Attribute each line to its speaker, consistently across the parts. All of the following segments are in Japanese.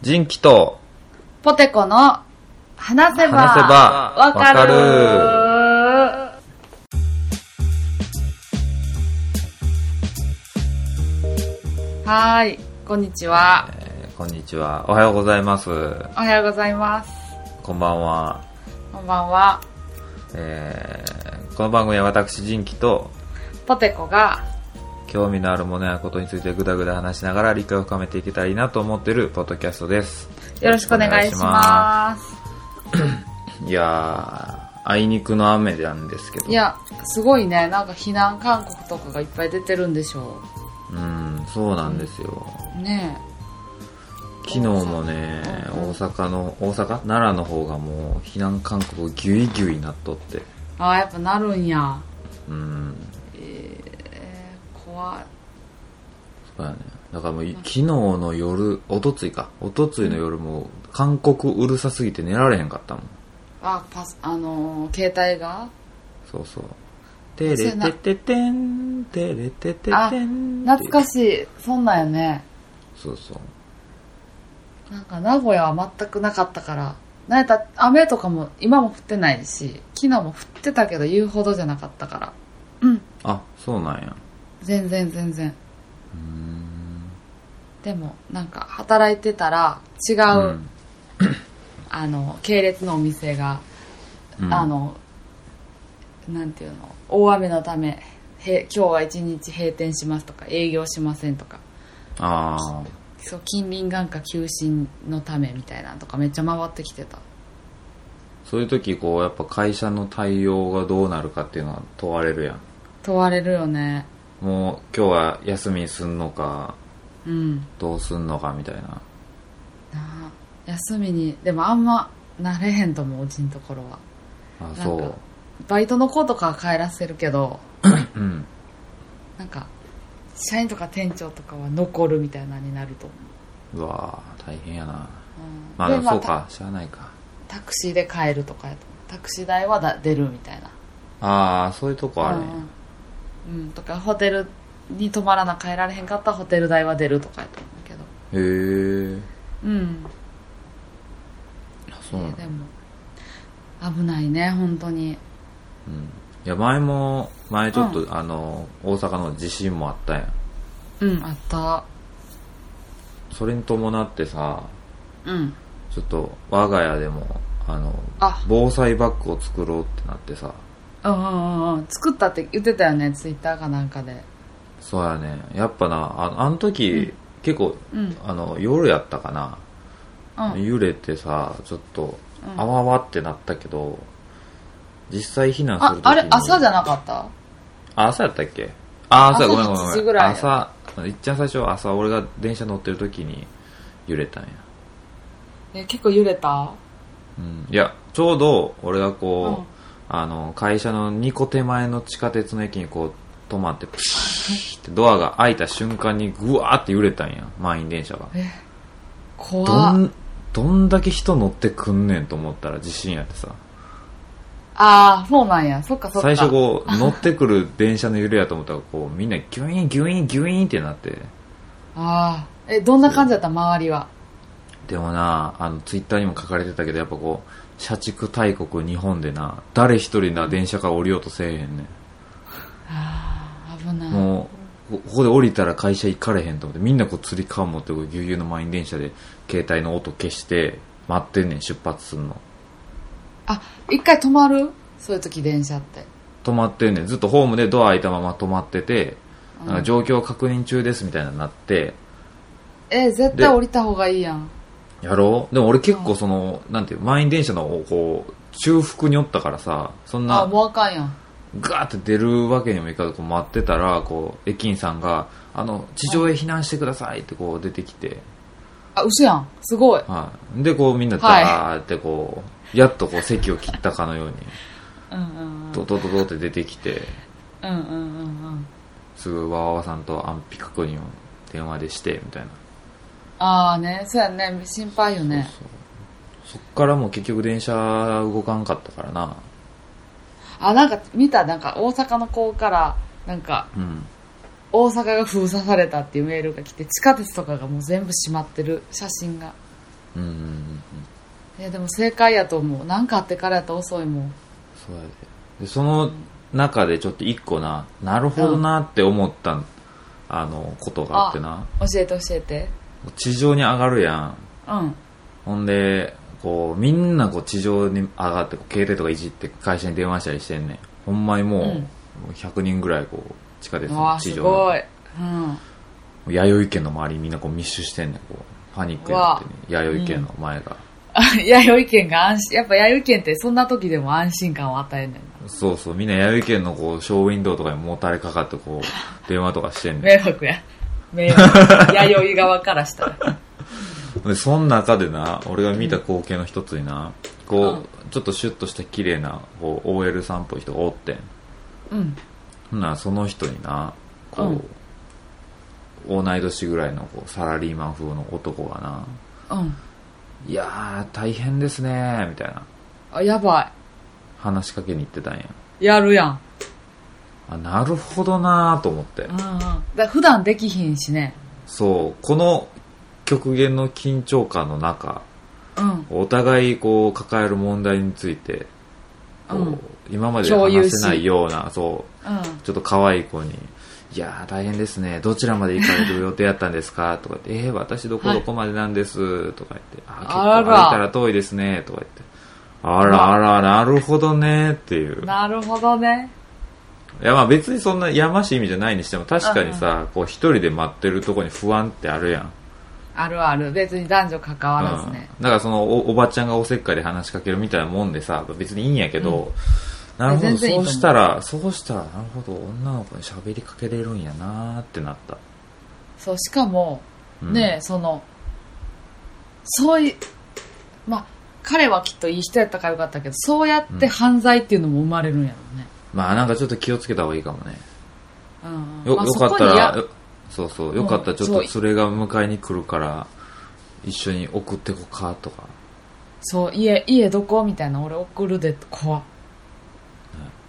Speaker 1: 人気と
Speaker 2: ポテコの話せば
Speaker 1: 話せば
Speaker 2: わかる
Speaker 1: わ
Speaker 2: はーい、こんにちは。
Speaker 1: えーこんにちは。おはようございます。
Speaker 2: おはようございます。
Speaker 1: こんばんは。
Speaker 2: こんばんは。
Speaker 1: えーこの番組は私、人気と
Speaker 2: ポテコが
Speaker 1: 興味のあるものやことについてぐだぐだ話しながら理解を深めていけたらいいなと思ってるポッドキャストです。
Speaker 2: よろしくお願いします。
Speaker 1: す。いやー、あいにくの雨なんですけど。
Speaker 2: いや、すごいね、なんか避難勧告とかがいっぱい出てるんでしょ
Speaker 1: うん、そうなんですよ。
Speaker 2: う。ね
Speaker 1: 昨日もね、大阪の、大阪奈良の方がもう避難勧告ギュイギュイなっとって。
Speaker 2: え。ああ、やっぱなるんや。
Speaker 1: うん、
Speaker 2: えー、怖い。
Speaker 1: そうやね。だからもうい、昨日の夜、おとついか。おとついの夜も、韓国うるさすぎて寝られへんかったもん。
Speaker 2: あ、パス、あのー携帯が
Speaker 1: そうそう。てれてててん、てれてて
Speaker 2: あ
Speaker 1: てん。
Speaker 2: 懐か
Speaker 1: い。
Speaker 2: しい。そんなんよね。
Speaker 1: そうそう。
Speaker 2: なんか名古屋は全くなかったから。なんやったら雨とかも今も降ってないし、昨日も降ってたけど言うほどじゃなかったから。うん。
Speaker 1: あ、そうなんや。
Speaker 2: 全然全然。
Speaker 1: うーん。
Speaker 2: でも、なんか働いてたら違う、
Speaker 1: うん
Speaker 2: あの、系列のお店が、
Speaker 1: うん
Speaker 2: あの、なんていうの、大雨のため、へ今日は一日閉店しますとか、営業しませんとか、
Speaker 1: ああ。
Speaker 2: そう近隣眼科休診のためみたいなのとかめっちゃ回ってきてた。
Speaker 1: そういう時、こう、やっぱ会社の対応がどうなるかっていうのは問われるやん。
Speaker 2: 問われるよね。
Speaker 1: もう、今日は休みすんのか、
Speaker 2: うん。
Speaker 1: どうすんのかみたいな。
Speaker 2: なあ休みに、でもあんまなれへんと思う、うちのところは。
Speaker 1: あ、
Speaker 2: か
Speaker 1: そ
Speaker 2: バイトの子とかは帰らせるけど、
Speaker 1: う。うん。
Speaker 2: なんか、社員とか店長とかは残るみたいなになると思う。
Speaker 1: うわー大変やな。
Speaker 2: うん
Speaker 1: まあ、でもそう
Speaker 2: た
Speaker 1: か、しゃあないか。
Speaker 2: タクシーで帰るとかやと思うタクシー代はだ出るみたいな。
Speaker 1: ああ、そういうとこあるね。
Speaker 2: うん、うん。とか、ホテルに泊まらな帰られへんかったらホテル代は出るとかやと思うけど。
Speaker 1: へえ。
Speaker 2: うん。
Speaker 1: あそうなの
Speaker 2: でも、危ないね、本当に。
Speaker 1: うん。いや、前も、前ちょっと、あの、大阪の地震もあったやん。
Speaker 2: うん、あった。
Speaker 1: それに伴ってさ、
Speaker 2: うん。
Speaker 1: ちょっと、我が家でも、あの、
Speaker 2: あ
Speaker 1: 防災バッグを作ろうってなってさ、
Speaker 2: うんうんうんうん作ったって言ってたよねツイッターかなんかで
Speaker 1: そうやね。やっぱな、ああの時、結構、
Speaker 2: うん
Speaker 1: あの、夜やったかな。
Speaker 2: うん
Speaker 1: 揺れてさ、ちょっと、
Speaker 2: うん
Speaker 1: あわわってなったけど、実際避難す
Speaker 2: あ
Speaker 1: るときに。
Speaker 2: あれ朝じゃなかった
Speaker 1: あ、朝やったっけあ、朝、
Speaker 2: 朝
Speaker 1: ごめんごめん
Speaker 2: 8時
Speaker 1: ご
Speaker 2: ぐ
Speaker 1: めん。
Speaker 2: らい
Speaker 1: 朝、いっちゃん最初朝、俺が電車乗ってる時に揺れたんや。
Speaker 2: え結構揺れた
Speaker 1: うん。いや、ちょうど、俺がこう、
Speaker 2: うん
Speaker 1: あの、会社の2個手前の地下鉄の駅にこう、止まって、プシーってドアが開いた瞬間にぐわーって揺れたんや。満員電車が。ど
Speaker 2: 怖っ
Speaker 1: ん、どんだけ人乗ってくんねんと思ったら地震やってさ。
Speaker 2: ああそうなんやそっかそっか
Speaker 1: 最初こう、乗ってくる電車の揺れやと思ったら、こう、みんなギュイーン、ギュイーン、ギュイーンってなって。
Speaker 2: ああえどんな感じだった周りは
Speaker 1: でもな、あの、ツイッターにも書かれてたけど、やっぱこう、社畜大国日本でな、誰一人な電車から降りようとせえへんね
Speaker 2: ああ危
Speaker 1: ん。
Speaker 2: ない
Speaker 1: もう、こここで降りたら会社行かれへんと思って、みんなこう、釣り革持って、こうぎゅうぎゅうの満員電車で、携帯の音消して、待ってんねん、出発すんの。
Speaker 2: あ一回止まるそういう時電車って
Speaker 1: 止まってんねん。ずっとホームでドア開いたまま止まってて、
Speaker 2: うん
Speaker 1: なんか状況確認中ですみたいなのになって、
Speaker 2: え絶
Speaker 1: で
Speaker 2: 対降りた方がいいやん
Speaker 1: やろうでも俺結構その、なんていう、満員電車の、こう、中腹におったからさ、そん
Speaker 2: あ
Speaker 1: な、
Speaker 2: もうあかんやん
Speaker 1: ガーって出るわけにもいかず、こう待ってたら、こう、駅員さんが、あの、地上へ避難してくださいってこう出てきて、
Speaker 2: あ牛やんすごい
Speaker 1: はい。で、こうみんな
Speaker 2: はい
Speaker 1: ダーってこう、やっとこう席を切ったかのように、
Speaker 2: うんうんうん
Speaker 1: ドドドドって出てきて、
Speaker 2: うんうんうんうん
Speaker 1: すぐわわわさんと安否確認を電話でして、みたいな。
Speaker 2: ああねそうやね心配よね
Speaker 1: そっからもう結局電車動かんかったからな。
Speaker 2: あ、なんか見た、なんか大阪の子から、なんか
Speaker 1: うん。
Speaker 2: 大阪が封鎖されたっていうメールが来て、地下鉄とかがもう全部閉まってる写真が。
Speaker 1: うんうんうんうん
Speaker 2: いやでも正解やと思うなんかあってからやったら遅いもん
Speaker 1: そうやででその中でちょっと一個ななるほどなって思った、あのことがあってな
Speaker 2: 教えて教えて
Speaker 1: 地上に上がるやん
Speaker 2: うん
Speaker 1: ほんでこうみんなこう地上に上がってこう携帯とかいじって会社に電話したりしてんねんほんまにもう、
Speaker 2: うん
Speaker 1: もう100人ぐらいこう地下鉄
Speaker 2: うわ
Speaker 1: の
Speaker 2: あ
Speaker 1: 地
Speaker 2: す
Speaker 1: 上
Speaker 2: ご
Speaker 1: の
Speaker 2: い、うん、
Speaker 1: 弥生県の周りにみんなこう密集してんねんこうパニックになってね弥生県の前が、
Speaker 2: あ弥生県が安心やっぱ弥生県ってそんな時でも安心感を与えんねんな
Speaker 1: そうそうみんな弥生県のこうショーウィンドウとかにもたれかかってこ う電話とかしてんねん
Speaker 2: 迷惑や迷惑弥生側からしたら
Speaker 1: で、その中でな、俺が見た光景の一つにな、こう、
Speaker 2: うん
Speaker 1: ちょっとシュッとした綺麗な、こう、OL さんっぽい人がおってん。
Speaker 2: うん
Speaker 1: ほんならその人にな、こ
Speaker 2: うん
Speaker 1: う、同い年ぐらいのこうサラリーマン風の男がな、
Speaker 2: うん
Speaker 1: いやー、大変ですねみたいな、
Speaker 2: あやば
Speaker 1: 話しかけに行ってたんや。
Speaker 2: いやるやん
Speaker 1: あ、なるほどなーと思って
Speaker 2: うん。うんだから普段できひんしね
Speaker 1: そう、この極限の緊張感の中、
Speaker 2: うん
Speaker 1: お互いこう抱える問題について、こう
Speaker 2: うん
Speaker 1: 今まで
Speaker 2: 共有
Speaker 1: 話
Speaker 2: し
Speaker 1: せないような、そう、
Speaker 2: う
Speaker 1: ちょっと可愛い子に、いやー大変ですね、どちらまで行かれる予定やったんですかとか言って、えー、私どこ
Speaker 2: はい
Speaker 1: どこまでなんですとか言って、あー
Speaker 2: あら
Speaker 1: 結構歩いたら遠いですね、とか言って、あ
Speaker 2: うわ
Speaker 1: らあら、なるほどね、っていう。
Speaker 2: ん
Speaker 1: い
Speaker 2: なるほどね
Speaker 1: や、まあ別にそんなやましい意味じゃないにしても、確かにさ、こう一人で待ってるとこに不安ってあるやん。
Speaker 2: あるある別に男女関わらずね、
Speaker 1: うん、だからそのおおばちゃんがおせっかいで話しかけるみたいなもんでさ別にいいんやけど、なるほ
Speaker 2: いや
Speaker 1: ど
Speaker 2: 全然いい
Speaker 1: そう
Speaker 2: と思う
Speaker 1: したらそうしたらなるほど女の子に喋りかけれるんやなーってなった、
Speaker 2: そうしかも
Speaker 1: うん
Speaker 2: ねえ、そのそういうまあ彼はきっといい人やったからよかったけどそうやって犯罪っていうのも生まれるんやろうね、
Speaker 1: まあなんかちょっと気をつけた方がいいかもね
Speaker 2: うんうん
Speaker 1: よ,、
Speaker 2: まあ
Speaker 1: よかった
Speaker 2: そこに
Speaker 1: ら
Speaker 2: や
Speaker 1: よそうそうよかったらちょっ
Speaker 2: う
Speaker 1: と
Speaker 2: ん
Speaker 1: それが迎えに来るから一緒に送ってこかとか
Speaker 2: そう家家どこみたいな俺送るで怖っ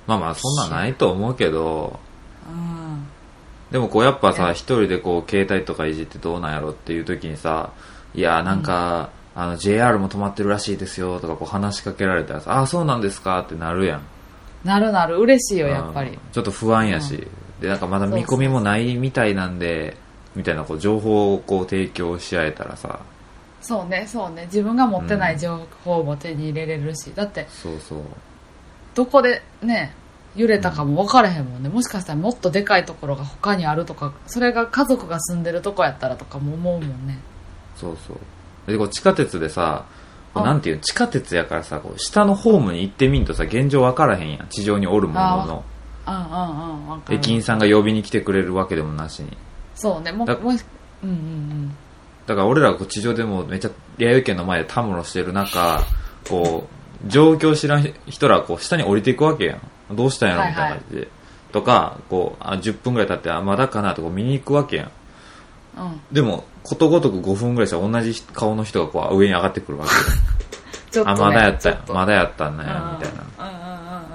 Speaker 1: まあまあそんなんないと思うけど
Speaker 2: うん
Speaker 1: でもこうやっぱ
Speaker 2: い
Speaker 1: さ
Speaker 2: や
Speaker 1: 一人でこう携帯とかいじってどうなんやろっていう時にさいやなんか、あの JR も止まってるらしいですよとかこう話しかけられたらさあそうなんですかってなるやん
Speaker 2: なるなる嬉しいよやっぱ
Speaker 1: うん
Speaker 2: り
Speaker 1: ちょっと不安やし、でなんかまだ見込みもないみたいなんでみたいなこう情報をこう提供し合えたらさ
Speaker 2: そうねそうね自分が持ってない情報も手に入れれるし、だって
Speaker 1: そうそう
Speaker 2: どこでね揺れたかも分からへんもんねもしかしたらもっとでかいところが他にあるとかそれが家族が住んでるとこやったらとかも思うもんね
Speaker 1: そうそうでこう地下鉄でさこう
Speaker 2: あ
Speaker 1: なんていうの地下鉄やからさこう下のホームに行ってみんとさ現状わからへんやん地上におるものの
Speaker 2: うんうんうんわかる
Speaker 1: 駅員さんが呼びに来てくれるわけでもなしに
Speaker 2: そうね、もう、
Speaker 1: だ
Speaker 2: もう、うんうん
Speaker 1: だから俺らがこう地上でもめっちゃ弥生県の前でたむろしてる中こう状況知らん人らはこう下に降りていくわけやんどうしたんやろみたいな感じで、とかこうあ10分ぐらい経ってあまだかなとか見に行くわけやん
Speaker 2: うん。うん。
Speaker 1: でもことごとく5分ぐらいしたら同じ顔の人がこう上に上がってくるわけよ
Speaker 2: ちょっと、
Speaker 1: あ
Speaker 2: ね。
Speaker 1: まだやった
Speaker 2: ちょ
Speaker 1: や
Speaker 2: と
Speaker 1: んまだやったんなんやみたいな
Speaker 2: うんうんうんうんうん。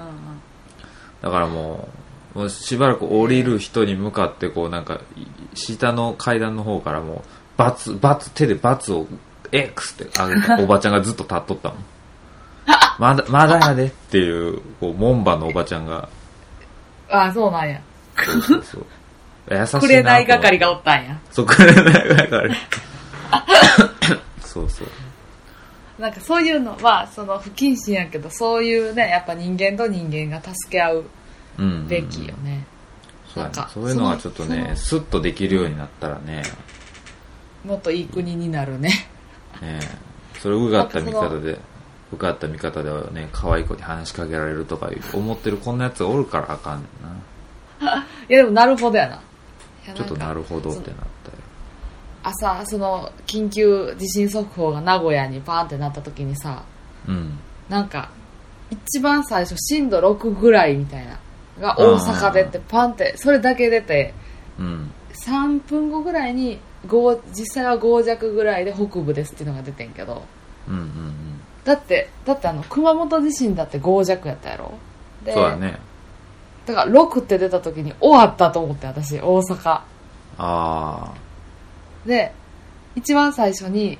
Speaker 1: だからもうもうしばらく降りる人に向かってこうなんかい下の階段の方からもうバツバツ手でバツを X って上げたおばちゃんがずっと立っと ったもんまだまだやでっていうこう門番のおばちゃんが
Speaker 2: ああ、そうなんや。
Speaker 1: そうそうそう優しいなと思っ
Speaker 2: く
Speaker 1: て
Speaker 2: れない係がおったんや。
Speaker 1: そうくれない 係そうそう
Speaker 2: なんかそういうのは、その不謹慎やけど、そういうね、やっぱ人間と人間が助け合う
Speaker 1: うんうんうん
Speaker 2: べきよね。
Speaker 1: そうやね
Speaker 2: なんか
Speaker 1: そういうのがちょっとねスッとできるようになったらね
Speaker 2: もっといい国になるね。
Speaker 1: ねえそれうがった見方でうがった見方ではね可愛い子に話しかけられるとかいう思ってるこんなやつがおるからあかんねんない
Speaker 2: や、でもなるほどやな。いや
Speaker 1: ちょっと
Speaker 2: んか
Speaker 1: なるほどってなったよ
Speaker 2: 朝、その、緊急地震速報が名古屋にパーンってなった時にさ、
Speaker 1: うん
Speaker 2: なんか、一番最初、震度6ぐらいみたいな、が大阪でってパンって、それだけ出て、
Speaker 1: うん
Speaker 2: 3分後ぐらいに、ご実際は5弱ぐらいで北部ですっていうのが出てんけど、
Speaker 1: うんうんうん
Speaker 2: だって、だってあの、熊本地震だって5弱やったやろで、
Speaker 1: そうだね
Speaker 2: だから6って出た時に終わったと思って、私、大阪。
Speaker 1: ああ
Speaker 2: で、一番最初に、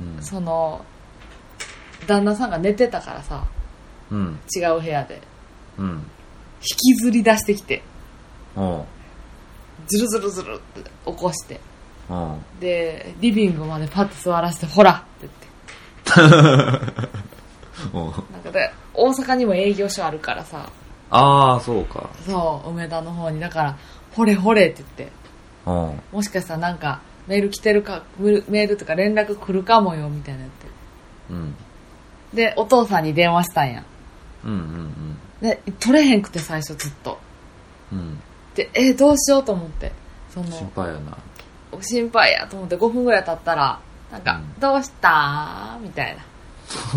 Speaker 1: うん
Speaker 2: その旦那さんが寝てたからさ
Speaker 1: うん
Speaker 2: 違う部屋で
Speaker 1: うん
Speaker 2: 引きずり出してきて
Speaker 1: おう
Speaker 2: ズルズルズルって起こして
Speaker 1: おう
Speaker 2: でリビングまでパッと座らせてほらって言って
Speaker 1: おう
Speaker 2: なんかで大阪にも営業所あるからさ
Speaker 1: ああそうか
Speaker 2: そう梅田の方にだからほれほれって言って
Speaker 1: おう
Speaker 2: もしかしたらなんかメール来てるかメールメールとか連絡来るかもよみたいなやって
Speaker 1: うん
Speaker 2: でお父さんに電話したんや
Speaker 1: うんうん
Speaker 2: で取れへんくて最初ずっと
Speaker 1: うんうん
Speaker 2: でえどうしようと思ってその
Speaker 1: 心配やな
Speaker 2: 心配やと思って5分ぐらい経ったらなんか、
Speaker 1: うん
Speaker 2: どうしたみたい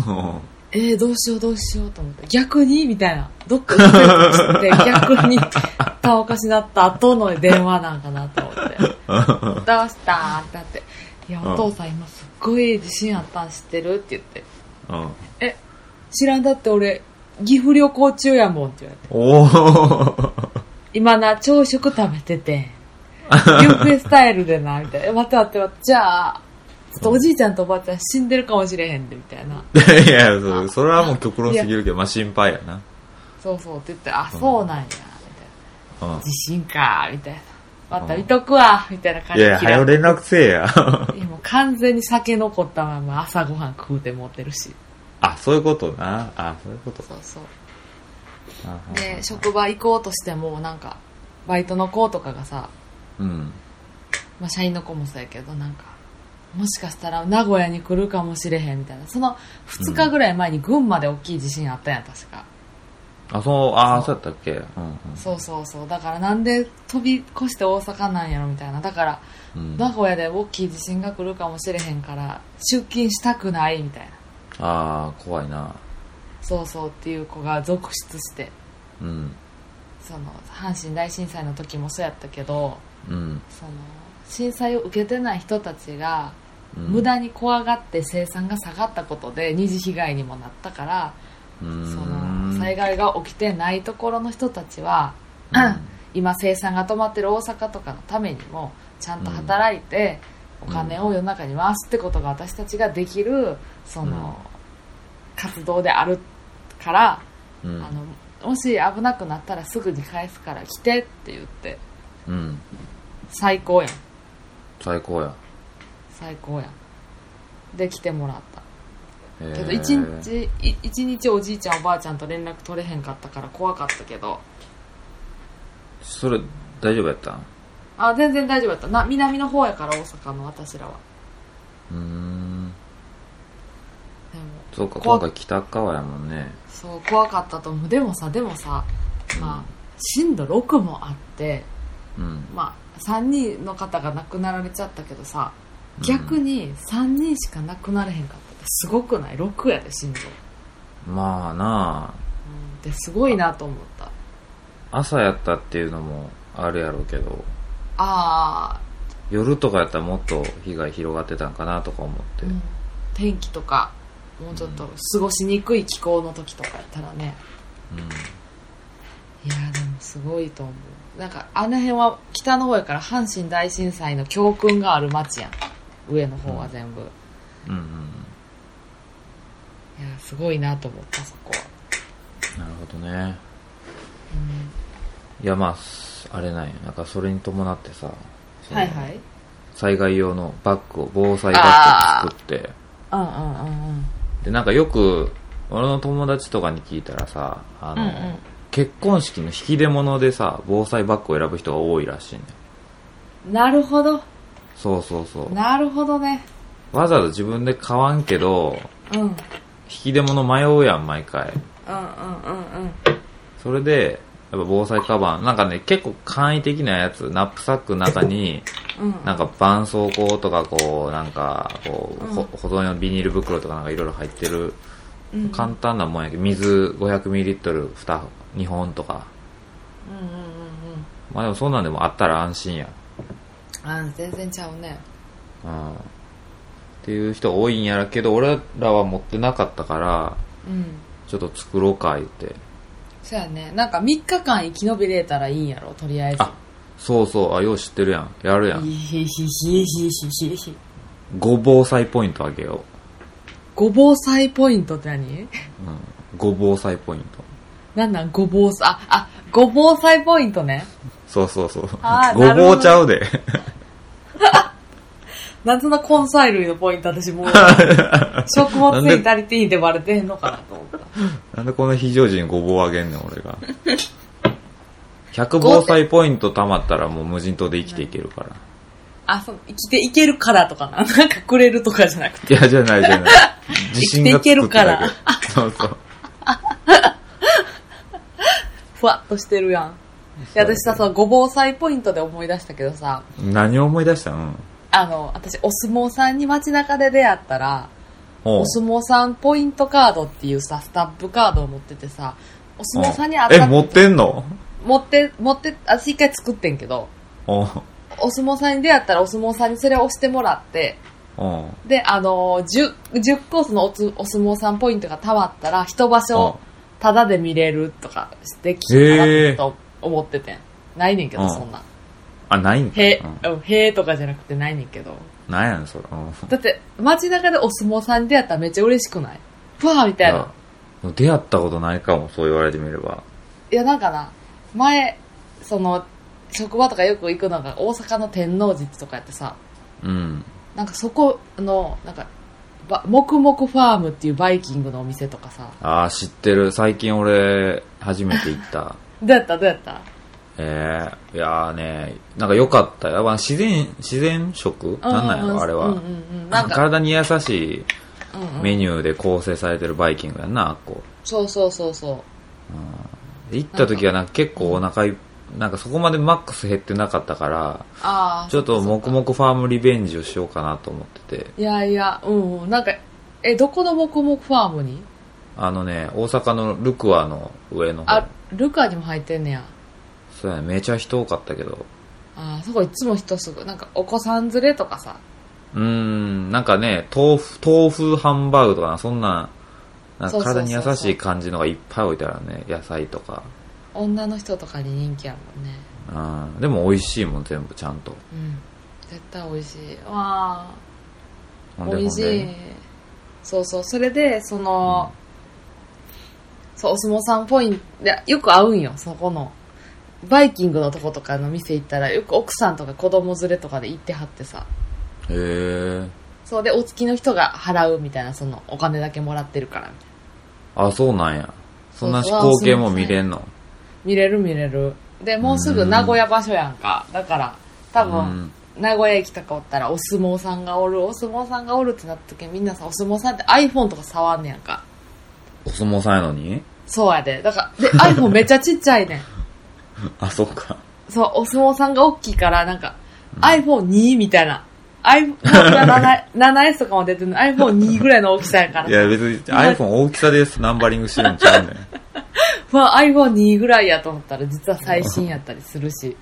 Speaker 2: な
Speaker 1: おう
Speaker 2: えー、どうしようどうしようと思って逆にみたいなどっか行ってるとして逆にたおかしなった後の電話なんかなと思ってどうしたってなっていや
Speaker 1: うん
Speaker 2: お父さん今すっごい自信あったん知ってるって言って
Speaker 1: うん
Speaker 2: え知らんだって俺岐阜旅行中やもんって言われて
Speaker 1: おー
Speaker 2: 今な朝食食べててビュッフェスタイルでなみたいなえ待って待って待ってじゃあちょっとおじいちゃんとおばあちゃん死んでるかもしれへんでみたいない
Speaker 1: やそそれはもう極論すぎるけどまあ心配やな
Speaker 2: そうそうって言ってあそうなんやみたいな
Speaker 1: うん
Speaker 2: 地震かみたいな。また見とくわみたいな感
Speaker 1: い
Speaker 2: じ
Speaker 1: や
Speaker 2: で
Speaker 1: いや早
Speaker 2: 嫌
Speaker 1: う
Speaker 2: い。
Speaker 1: 連絡せえや
Speaker 2: いやもう完全に酒残ったまま朝ごはん食うて持ってるし。
Speaker 1: あそういうことなあそういうこと
Speaker 2: そうそう。
Speaker 1: あ
Speaker 2: で、職場行こうとしても、なんか、バイトの子とかがさ、
Speaker 1: うん
Speaker 2: まあ社員の子もそうやけど、なんか、もしかしたら名古屋に来るかもしれへんみたいな。その2日ぐらい前に群馬で大きい地震あったんや、確か。
Speaker 1: あそうあそうやったっけうん
Speaker 2: そうそうそう。だからなんで飛び越して大阪なんやろみたいな。だから、
Speaker 1: うんうん
Speaker 2: 名古屋で大きい地震が来るかもしれへんから、出勤したくないみたいな。
Speaker 1: ああ怖いな
Speaker 2: そうそうっていう子が続出して
Speaker 1: うん
Speaker 2: その阪神大震災の時もそうやったけど
Speaker 1: うん
Speaker 2: その震災を受けてない人たちが
Speaker 1: うん
Speaker 2: 無駄に怖がって生産が下がったことで二次被害にもなったから
Speaker 1: そ
Speaker 2: その災害が起きてないところの人たちは 今生産が止まってる大阪とかのためにもちゃんと働いてお金を世の中に回すってことが私たちができるその活動であるから
Speaker 1: うん
Speaker 2: あのもし危なくなったらすぐに返すから来てって言って
Speaker 1: うん
Speaker 2: 最高やん
Speaker 1: 最高や
Speaker 2: 最高やんで来てもらったけど
Speaker 1: へー
Speaker 2: 一日い一日おじいちゃんおばあちゃんと連絡取れへんかったから怖かったけど
Speaker 1: それ大丈夫やったん
Speaker 2: あ全然大丈夫やったな南の方やから大阪の私らは
Speaker 1: うーん
Speaker 2: でも
Speaker 1: そうか
Speaker 2: 怖
Speaker 1: 今
Speaker 2: っ
Speaker 1: 回北川やもんね
Speaker 2: そう怖かったと思うでもさでもさまあ震度6もあって
Speaker 1: うん
Speaker 2: まあ3人の方が亡くなられちゃったけどさ逆に3人しか亡くなれへんかったってすごくない ?6 やで心臓、
Speaker 1: まあな
Speaker 2: うん、ですごいなと思った
Speaker 1: あ朝やったっていうのもあるやろうけど
Speaker 2: あ
Speaker 1: 夜とかやったらもっと被害広がってたんかなとか思って
Speaker 2: ー、うん天気とかもうちょっと過ごしにくい気候の時とかやったらねいやーでもすごいと思うなんかあの辺は北の方やから阪神大震災の教訓がある町やん上の方は全部、い
Speaker 1: うんうん
Speaker 2: やーすごいなと思ったそこは、
Speaker 1: なるほどね
Speaker 2: うん
Speaker 1: いやまあすあれなんやなんかそれに伴ってさその
Speaker 2: はいはい
Speaker 1: 災害用のバッグを防災バッグを作って
Speaker 2: うんうんうんうん
Speaker 1: でなんかよく俺の友達とかに聞いたらさあの、
Speaker 2: うんうん
Speaker 1: 結婚式の引き出物でさ防災バッグを選ぶ人が多いらしいね
Speaker 2: なるほど
Speaker 1: そうそうそう
Speaker 2: なるほどね
Speaker 1: わざわざ自分で買わんけど
Speaker 2: うんうんうん
Speaker 1: 引き出物迷うやん毎回
Speaker 2: うんうん
Speaker 1: それでやっぱ防災カバンなんかね結構簡易的なやつナップサックの中に
Speaker 2: うん
Speaker 1: なんか絆創膏とかこうなんかこう、
Speaker 2: うん
Speaker 1: ほ保存用のビニール袋とかなんかいろいろ入ってる
Speaker 2: うん
Speaker 1: 簡単なもんやけど水 500ml2 2本とか
Speaker 2: うんうんうんうん
Speaker 1: まあでもそんなんでもあったら安心や
Speaker 2: あ全然ちゃうね
Speaker 1: うんっていう人多いんやらけど俺らは持ってなかったから
Speaker 2: うん
Speaker 1: ちょっと作ろうか言って
Speaker 2: そうやねなんか3日間生き延びれたらいいんやろとりあえず
Speaker 1: あそうそうあよう知ってるやんやるやん
Speaker 2: ひひひひひひひひ
Speaker 1: ご防災ポイントあげよう
Speaker 2: ごぼう祭ポイントって何
Speaker 1: うん、ごぼう祭ポイント
Speaker 2: なんなんごぼうさああごぼう祭ポイントね
Speaker 1: そうそうそう
Speaker 2: あー
Speaker 1: ご
Speaker 2: なるほ
Speaker 1: ぼ
Speaker 2: ど
Speaker 1: うちゃうで
Speaker 2: 夏の根菜類のポイント私 もう食物センタリティーでバレてんのかなと思った
Speaker 1: なんでこの非常時にごぼうあげんねん俺が100防災ポイント貯まったらもう無人島で生きていけるから
Speaker 2: あそう生きていけるからとかななんかくれるとかじゃなくて
Speaker 1: いやじゃないじゃない自信がつくってだけ
Speaker 2: 生き
Speaker 1: そうそう
Speaker 2: ふわっとしてるやんいや私さそのごぼう祭ポイントで思い出したけどさ
Speaker 1: 何を思い出したん
Speaker 2: あの私お相撲さんに街中で出会ったら
Speaker 1: お
Speaker 2: お
Speaker 1: う
Speaker 2: 相撲さんポイントカードっていうさスタンプカードを持っててさお相撲さんに会っ
Speaker 1: え
Speaker 2: た
Speaker 1: 持ってんの
Speaker 2: 持って持って私一回作ってんけど
Speaker 1: おう
Speaker 2: お相撲さんに出会ったらお相撲さんにそれを押してもらって
Speaker 1: おう
Speaker 2: であの 10, 10コースのおつお相撲さんポイントがたまったら一場所
Speaker 1: お
Speaker 2: タダで見れるとかしてきた
Speaker 1: へ
Speaker 2: な
Speaker 1: ー
Speaker 2: と思っててんないねんけ
Speaker 1: う
Speaker 2: ど
Speaker 1: ん
Speaker 2: そんな
Speaker 1: あないんか
Speaker 2: へ,、
Speaker 1: うん
Speaker 2: うん、へーとかじゃなくてないねんけど
Speaker 1: なんやねんそれうん
Speaker 2: だって街中でお相撲さんに出会ったらめっちゃ嬉しくないふわーみたい
Speaker 1: い
Speaker 2: な
Speaker 1: や出会ったことないかもそう言われてみれば
Speaker 2: いや、なんかな、前、その、職場とかよく行くのが大阪の天王寺とかやってさ、
Speaker 1: うん
Speaker 2: なんかそこの、なんか、ば黙々ファームっていうバイキングのお店とかさ、
Speaker 1: ああ知ってる最近俺初めて行った
Speaker 2: どうやったどうやった
Speaker 1: ええいやーね、なんか良かったよ。まあ自然、自然食なんなんや
Speaker 2: う
Speaker 1: ろ、あれは。
Speaker 2: うんうんうん。なんか、
Speaker 1: 体に優し
Speaker 2: うん
Speaker 1: い
Speaker 2: うん、
Speaker 1: メニューで構成されてるバイキングやんな、あっこ。
Speaker 2: そうそうそうそう。
Speaker 1: で行った時はなんか結構お腹いっなんかそこまでマックス減ってなかったから、
Speaker 2: ああ。
Speaker 1: ちょっと
Speaker 2: そ
Speaker 1: 黙
Speaker 2: か
Speaker 1: 々ファームリベンジをしようかなと思ってて。
Speaker 2: いやいや、うんうん。なんか、え、どこの黙々ファームに
Speaker 1: あのね、大阪のルクアの上の方
Speaker 2: あ。、ルカにも入ってんねや。
Speaker 1: そうやね、めちゃ人多かったけど。
Speaker 2: ああ、そこいつも人すぐ、なんかお子さん連れとかさ、
Speaker 1: うーん、なんかね、豆腐、豆腐ハンバーグとかな、そんな、なん
Speaker 2: そう
Speaker 1: か
Speaker 2: そうそう
Speaker 1: 体に優しい感じのがいっぱい置いてあるね、野菜とか。
Speaker 2: 女の人とかに人気やもんね。
Speaker 1: うん、でも美味しいもん、全部ちゃんと。
Speaker 2: うん絶対美味しいわ
Speaker 1: ほ
Speaker 2: あ
Speaker 1: んで
Speaker 2: 美味し
Speaker 1: ほん
Speaker 2: い
Speaker 1: で
Speaker 2: そうそうそれでその、そうお相撲さんポイントいやよく会うんよそこのバイキングのとことかの店行ったらよく奥さんとか子供連れとかで行ってはってさ
Speaker 1: へえ。
Speaker 2: そうでお付きの人が払うみたいなそのお金だけもらってるからみたいな
Speaker 1: あ、そうなんや。そんな
Speaker 2: そうそう
Speaker 1: 光景も見れんの。
Speaker 2: 見れる見れるでもうすぐ名古屋場所やんかだから多分、
Speaker 1: うん
Speaker 2: 名古屋駅とかおったらお相撲さんがおるお相撲さんがおるってなった時みんなさお相撲さんって iPhone とか触んねやんか
Speaker 1: お相撲さんやのに
Speaker 2: そうやでだからで iPhone めっちゃちっちゃいねん
Speaker 1: あ、そっ か。
Speaker 2: そうお相撲さんが大きいからなんか、iPhone2 みたいな iPhone7S とかも出てるの iPhone2 ぐらいの大きさやから
Speaker 1: いや、別に iPhone 大きさです、ナンバリングしてるんちゃうねん。
Speaker 2: まあ iPhone2 ぐらいやと思ったら実は最新やったりするし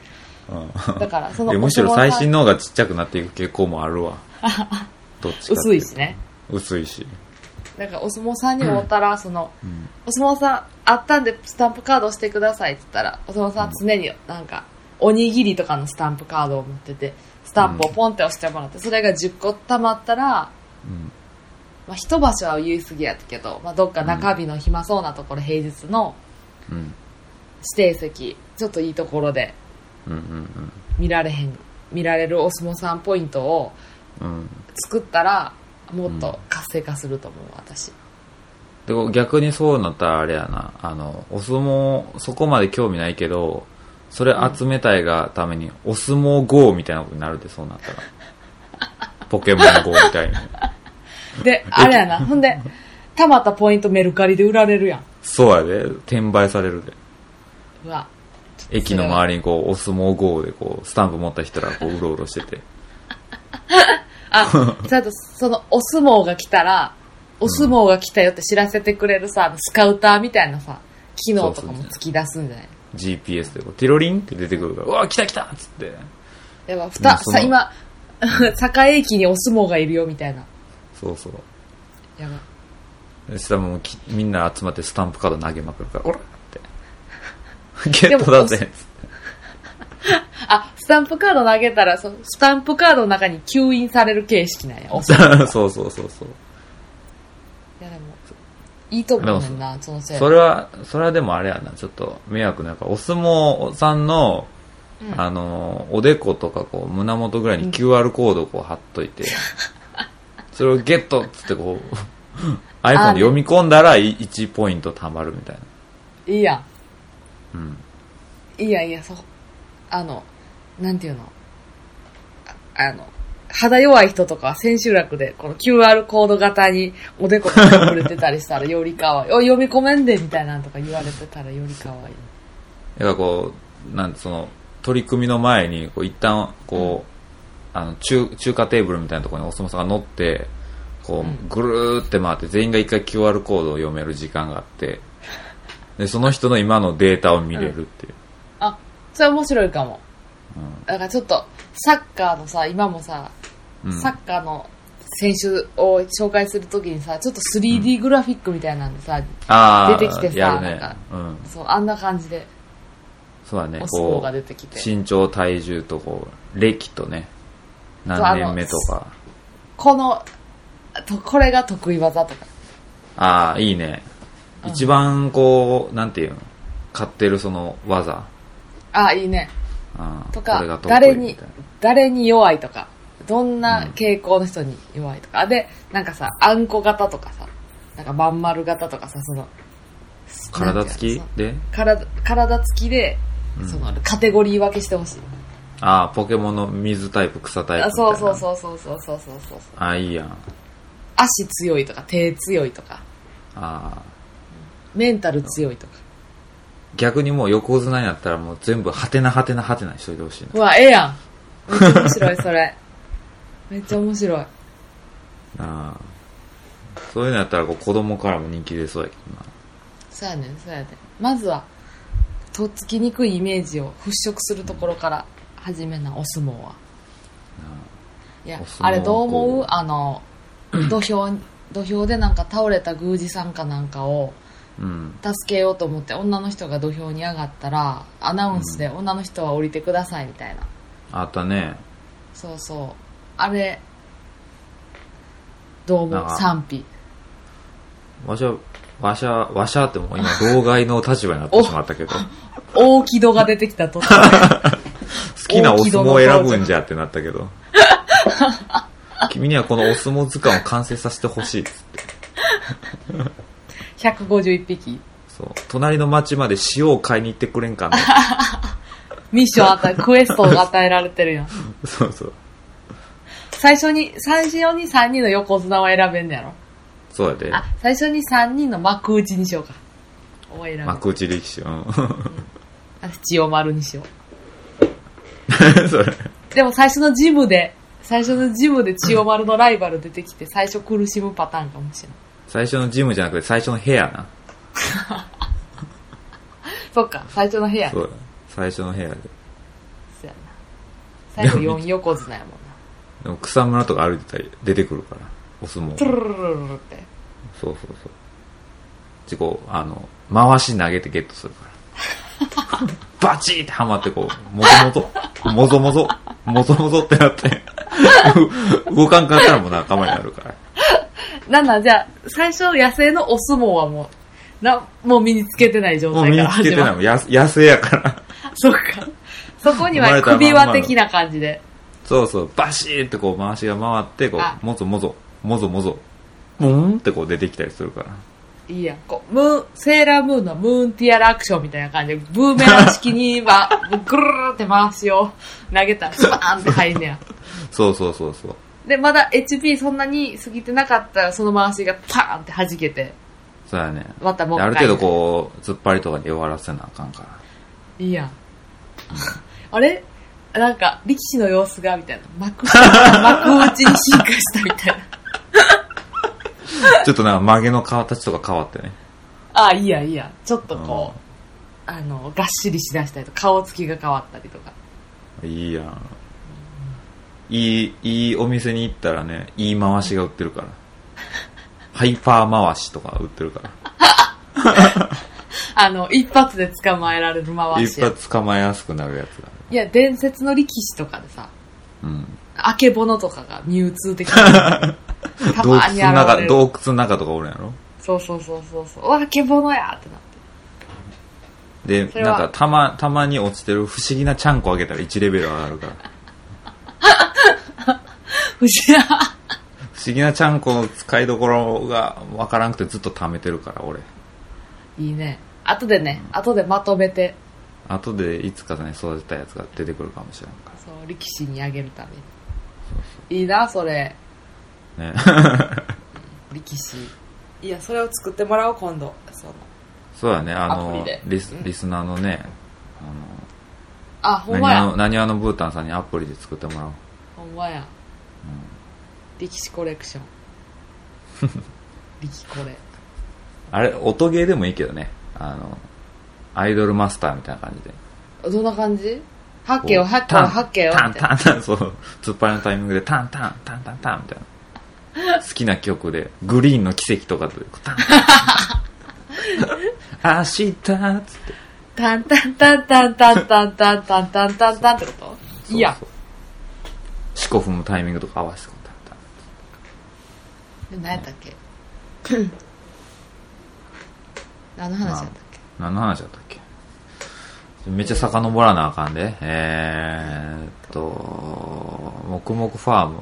Speaker 2: だからそ
Speaker 1: うん。い
Speaker 2: の
Speaker 1: やむし
Speaker 2: お
Speaker 1: ろ
Speaker 2: 相
Speaker 1: 最
Speaker 2: 撲さん
Speaker 1: 新の方がちっちゃくなっていく傾向もあ るわ。どっちかって
Speaker 2: 薄
Speaker 1: う
Speaker 2: い
Speaker 1: と
Speaker 2: し。ね
Speaker 1: 薄いし。
Speaker 2: なんかお相撲さんにおったら、その、お相撲さんあったんでスタンプカードしてくださいって言ったら、お相撲さんは常になんか、おにぎりとかのスタンプカードを持ってて、スタンプをポンって押してもらって、それが10個溜まったら、
Speaker 1: うん
Speaker 2: まあ一場所は言い過ぎやったけど、まあどっか中日の暇そうなところ、平日の
Speaker 1: うん。
Speaker 2: 指定席、ちょっといいところで
Speaker 1: うんうん
Speaker 2: 見られへん、見られるお相撲さんポイントを
Speaker 1: うん。うん。
Speaker 2: 作ったら、もっと活性化すると思う、私。
Speaker 1: でこう逆にそうなったらあれやなあのお相撲そこまで興味ないけどそれ集めたいがために、お相撲 GO みたいなことになるでそうなったら ポケモン GO みたいに
Speaker 2: で、あれやな。ほんで、たまったポイントメルカリで売られるやん。
Speaker 1: そうやで転売されるで
Speaker 2: うわ。
Speaker 1: 駅の周りにこうお相撲 GO でこうスタンプ持った人らこううろうろしてて
Speaker 2: あ、ちゃんとそのお相撲が来たら、お相撲が来たよって知らせてくれるさ、あのスカウターみたいなさ、機能とかも突き出すんじゃない
Speaker 1: GPS でこうティロリンって出てくるからうわ来た来たっつって
Speaker 2: やっぱ、ふ
Speaker 1: う
Speaker 2: た、
Speaker 1: んその
Speaker 2: さ、今、 栄駅にお相撲がいるよみたいな。
Speaker 1: そうそう
Speaker 2: やば。
Speaker 1: そしたらもうきみんな集まってスタンプカード投げまくるからおら ってゲットだぜ
Speaker 2: あ、スタンプカード投げたら、その スタンプカードの中に吸引される形式なんや。お相撲
Speaker 1: そうそうそうそう
Speaker 2: いやでもいいと思うねんなそのせい
Speaker 1: それは、それはでもあれやな、ちょっと迷惑なんか、お相撲さんの、
Speaker 2: うん
Speaker 1: あの、おでことかこう、胸元ぐらいに QR コードをこう貼っとい て、それをゲットっつってこう、iPhone で読み込んだらい1ポイント貯まるみたいな。
Speaker 2: いいやん
Speaker 1: うん。
Speaker 2: いいやいや、そう。あの、なんていうの。ああの、肌弱い人とかは千秋楽で、この QR コード型におでこが隠れてたりしたらよりかわいい。お、読み込めんでみたいなんとか言われてたらよりかわいい。
Speaker 1: だからこう、なんてその、取り組みの前に、こう、一旦、こう、あの、中、中華テーブルみたいなところにお相撲さんが乗って、こ
Speaker 2: うん
Speaker 1: う、ぐるーって回って、全員が一回 QR コードを読める時間があって、で、その人の今のデータを見れるっていう。
Speaker 2: あ、それ面白いかも。
Speaker 1: うん
Speaker 2: だからちょっと、サッカーのさ、今もさ、
Speaker 1: うん
Speaker 2: サッカーの選手を紹介するときにさ、ちょっと 3D グラフィックみたいなんでさ、
Speaker 1: あー
Speaker 2: 出てきてさ
Speaker 1: やるね
Speaker 2: なんか
Speaker 1: うん。
Speaker 2: そう、あんな感じで、
Speaker 1: そうだね
Speaker 2: お、相撲
Speaker 1: こ
Speaker 2: が
Speaker 1: う
Speaker 2: 出、てきて。
Speaker 1: 身長、体重と、こう、歴とね、何年目とか。
Speaker 2: この、と、これが得意技とか。
Speaker 1: ああ、いいね。一番、こう、なんていうの買ってるその技。
Speaker 2: あ、いいね。
Speaker 1: あー
Speaker 2: と
Speaker 1: これが
Speaker 2: か、
Speaker 1: 得意
Speaker 2: 誰
Speaker 1: み
Speaker 2: に
Speaker 1: たいな、
Speaker 2: 誰に弱いとか、どんな傾向の人に弱いとか、で、なんかさ、あんこ型とかさ、なんかまん丸型とかさ、その、
Speaker 1: 体つき
Speaker 2: なんて
Speaker 1: で
Speaker 2: いうのその体、体つきで、その、カテゴリー分けしてほしい。
Speaker 1: ああポケモンの水タイプ草タイプ
Speaker 2: あ
Speaker 1: みたい
Speaker 2: そう
Speaker 1: な
Speaker 2: そうそうそうそうそうそうそう。
Speaker 1: ああいいやん
Speaker 2: 足強いとか、手強いとか、
Speaker 1: ああ
Speaker 2: メンタル強いとか。
Speaker 1: 逆にもう横綱になったらもう全部ハテナハテナハテナにしといてほしいな
Speaker 2: うわ、ええやん。めっちゃ面白い、それ。めっちゃ面白い。
Speaker 1: ああそういうのやったらこう子供からも人気出そうやけどな
Speaker 2: そうやねんそうやねんまずはとっつきにくいイメージを払拭するところから始めなお相撲はいや
Speaker 1: お相撲
Speaker 2: あれどう思
Speaker 1: こ
Speaker 2: う
Speaker 1: う
Speaker 2: あの土俵土俵でなんか倒れた宮司さんかなんかを
Speaker 1: うん
Speaker 2: 助けようと思って女の人が土俵に上がったらアナウンスで女の人は降りてくださいみたいな、
Speaker 1: あったね
Speaker 2: そうそうあれどう
Speaker 1: なん
Speaker 2: も
Speaker 1: か
Speaker 2: 賛否
Speaker 1: わしゃわしゃわしゃってもう今老害の立場になってしまったけど好
Speaker 2: 大木戸が出てき たとっつき
Speaker 1: きなお相撲を選ぶんじゃってなったけど君にはこのお相撲図鑑を完成させてほしいっつって
Speaker 2: 151匹
Speaker 1: そう隣の町まで塩を買いに行ってくれんか ね
Speaker 2: ミッション与え、クエストが与えられてるやん。
Speaker 1: そうそう。
Speaker 2: 最初に、最初に3人の横綱を選べんのやろ。
Speaker 1: そうやで。
Speaker 2: あ、最初に3人の幕内にしようか。を選ぶ。
Speaker 1: 幕内力士。うん。
Speaker 2: あ千代丸にしよ
Speaker 1: それ。
Speaker 2: う。でも最初のジムで、最初のジムで千代丸のライバル出てきて、最初苦しむパターンかもしれない。
Speaker 1: 最初のジムじゃなくて最初の部屋な。
Speaker 2: そっか、最初の部屋。そ
Speaker 1: そううや。最初の部屋で。
Speaker 2: やな。最後4横綱やもんな。
Speaker 1: でも草むらとか歩いてたり出てくるから。お相撲。
Speaker 2: トゥ
Speaker 1: そう
Speaker 2: ルルルルルルって。
Speaker 1: そうそう。でこうあの、回し投げてゲットする から。バチーってハマってこう、もぞもぞ、もぞもぞ、もぞもぞってな って、う動かんかったらもう仲間になるから。
Speaker 2: なんなん、じゃあ、最初野生のお相撲はもう、な、もう身につけてない状
Speaker 1: もう身
Speaker 2: 態か
Speaker 1: に
Speaker 2: ら
Speaker 1: つけ
Speaker 2: 始
Speaker 1: て
Speaker 2: ま
Speaker 1: ない
Speaker 2: る
Speaker 1: もん。や野生やから。
Speaker 2: そっか。そこ
Speaker 1: 生
Speaker 2: に
Speaker 1: ま
Speaker 2: は
Speaker 1: れたまんま
Speaker 2: 首
Speaker 1: の
Speaker 2: 輪的な感じで。
Speaker 1: そうそう、バシーってこう回しが回って、こ
Speaker 2: あ
Speaker 1: う、もぞもぞ、もぞもぞ、もーんってこう出てきたりするから。
Speaker 2: いいやん。こう、ムーン、セーラームーンのムーンティアラアクションみたいな感じで、ブーメラン式には、ぐるーって回しを投げたら、スパーンって入んねや。
Speaker 1: そうそうそうそう。
Speaker 2: で、まだ HP そんなに過ぎてなかったら、その回しがパーンって弾けて、
Speaker 1: そうやね。
Speaker 2: またもう一
Speaker 1: あ
Speaker 2: 回。
Speaker 1: る程度こう、突っ張りとかで終わらせなあかんから。
Speaker 2: う。いいやん。 あれなんか、力士の様子が、みたいな。幕下から幕内に進化したみたいな。
Speaker 1: ちょっとなんか曲げの形とか変わってね。
Speaker 2: ああ、いいやんいいやん。ちょっとこう、あの、がっしりしだしたりとか、顔つきが変わったりとか。
Speaker 1: いいやん。いい、いいお店に行ったらね、いい回しが売って るから。ハイパー回しとか売ってるから。
Speaker 2: あの、一発で捕まえられる回し
Speaker 1: 一。発捕まえやすくなるやつがあ
Speaker 2: いや、伝説の力士とかでさ、
Speaker 1: る。うん。
Speaker 2: あけぼのとかがミュウツー的にた
Speaker 1: 洞
Speaker 2: ま
Speaker 1: 窟の
Speaker 2: に現れ
Speaker 1: 中、
Speaker 2: る
Speaker 1: 洞窟の中とかおるんやろ
Speaker 2: そうそうそうそうそううわ獣やってなって
Speaker 1: で、
Speaker 2: それは
Speaker 1: なんか、たま、たまに落ちてる不思議なちゃんこあげたら1レベル上がるから。
Speaker 2: 不思議な
Speaker 1: 不思議なちゃんこの使いどころがわからんくてずっと貯めてるから、俺。
Speaker 2: いいね後でね後でまとめて
Speaker 1: 後でいつかね、育てたやつが出てくるかもしれんか
Speaker 2: そう力士にあげるためにいいなそれ
Speaker 1: ら。ね。
Speaker 2: 力士いやそれを作ってもらおう今度その
Speaker 1: そうだね、あ
Speaker 2: アプリ
Speaker 1: の
Speaker 2: で、
Speaker 1: リス
Speaker 2: うん、
Speaker 1: リスナーのね、
Speaker 2: あ
Speaker 1: あ
Speaker 2: ほ
Speaker 1: の、
Speaker 2: ん
Speaker 1: な
Speaker 2: ま
Speaker 1: に
Speaker 2: や
Speaker 1: わの、なにわのブータンさんにアプリで作ってもらおう。
Speaker 2: ほんまや、力士コレクション力コレ
Speaker 1: あれ、音ゲーでもいいけどね。あの、アイドルマスターみたいな感じで。
Speaker 2: どんな感じハッケよ、ハッケ
Speaker 1: タ
Speaker 2: よ、
Speaker 1: ン
Speaker 2: ハッケよ。
Speaker 1: タン
Speaker 2: みたいな
Speaker 1: タンタン、そう。 突っ張りのタイミングで、タンタン、タンタンタンみたい な。好きな曲で、グリーンの奇跡とかで、タンタン。明日っつって。
Speaker 2: タンタンタンタンタンタンタンタンタンタンタンってこといや
Speaker 1: そう。そう。四股踏むタイミングとか合わせて、タンタン。
Speaker 2: 何やったっけ何の話やったっけ
Speaker 1: 何の話だったっけめっちゃ遡らなあかんで。えーっと、黙々ファーム。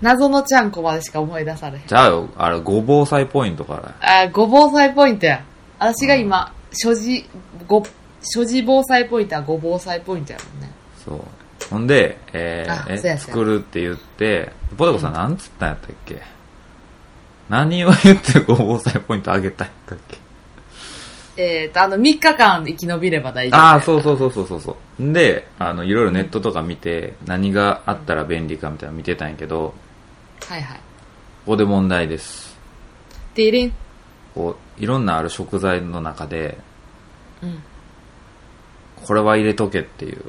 Speaker 2: 謎のちゃんこまでしか思い出されへん。
Speaker 1: じゃあよ、あれ、ごぼう祭ポイントから。
Speaker 2: あー、ご防災ポイントや。私が今、所持、ご、所持防災ポイントはご防災ポイントやもんね。
Speaker 1: そう。ほんで、え
Speaker 2: あ
Speaker 1: ー
Speaker 2: そうや
Speaker 1: え、
Speaker 2: そうや
Speaker 1: 作るって言って、ポテコさんなんつったんやったっけ何を言ってごぼう祭ポイントあげたんやったっけ
Speaker 2: えーと、あの、3日間生き延びれば大丈夫。
Speaker 1: ああ、そうそうそうそうそうそう。んで、あの、いろいろネットとか見て、何があったら便利かみたいなの見てたんやけど、
Speaker 2: はいはい。
Speaker 1: ここで問題です。
Speaker 2: てりん。
Speaker 1: こう、いろんなある食材の中で、
Speaker 2: うん。
Speaker 1: これは入れとけっていう。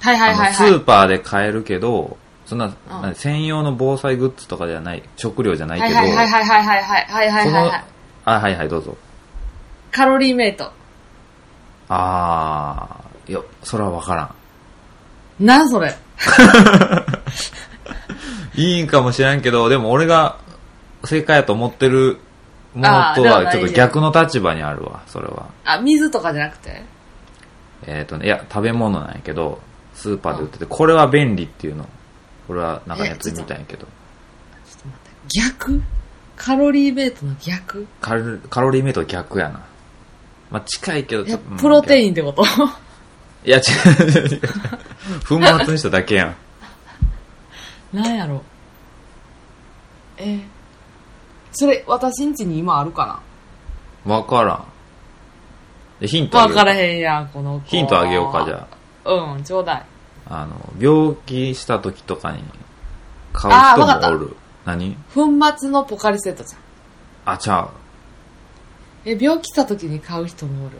Speaker 2: はいはいはい
Speaker 1: あの
Speaker 2: は
Speaker 1: スーパーで買えるけど、そんな、
Speaker 2: うん。
Speaker 1: なん専用の防災グッズとかじゃない、食料じゃないいけ
Speaker 2: はい
Speaker 1: ど、
Speaker 2: はいはいはいはいはいはいはい
Speaker 1: こ
Speaker 2: はい
Speaker 1: の
Speaker 2: はい。、
Speaker 1: あ、はいはい、どうぞ。
Speaker 2: カロリーメイト。
Speaker 1: あー、いや、それはわからん。
Speaker 2: なんそれ。
Speaker 1: いいんかもしれんけど、でも俺が正解やと思ってるもの
Speaker 2: あー
Speaker 1: と
Speaker 2: では
Speaker 1: は
Speaker 2: ない
Speaker 1: ちょっと逆の立場にあるわ、それは。
Speaker 2: あ、水とかじゃなくて
Speaker 1: えっ、とね、いや、食べ物なんやけど、スーパーで売ってて、これは便利っていうの。俺は中のやつ見たんやけど。
Speaker 2: ちょっと待って。逆カロリーメイトの逆
Speaker 1: カロカロリーメイトは逆やな。まあ、近いけど、
Speaker 2: え、プロテイ
Speaker 1: ン。
Speaker 2: ンってこと
Speaker 1: いや、違う違う 違う。粉末にしただけやん。
Speaker 2: なんやろえーそれ、私んちに今あるかな
Speaker 1: わからん。でヒントあ
Speaker 2: わ
Speaker 1: げよう
Speaker 2: からへんやん、この子
Speaker 1: ヒントあげようか、じゃ
Speaker 2: あ。うん、ちょうだい。
Speaker 1: あ。あの、病気した時とかに買
Speaker 2: あー
Speaker 1: う
Speaker 2: わかった
Speaker 1: 人もおる。何
Speaker 2: 粉末のポカリセットじゃん。
Speaker 1: あ、ちゃ
Speaker 2: え、病気した時に買う人もおる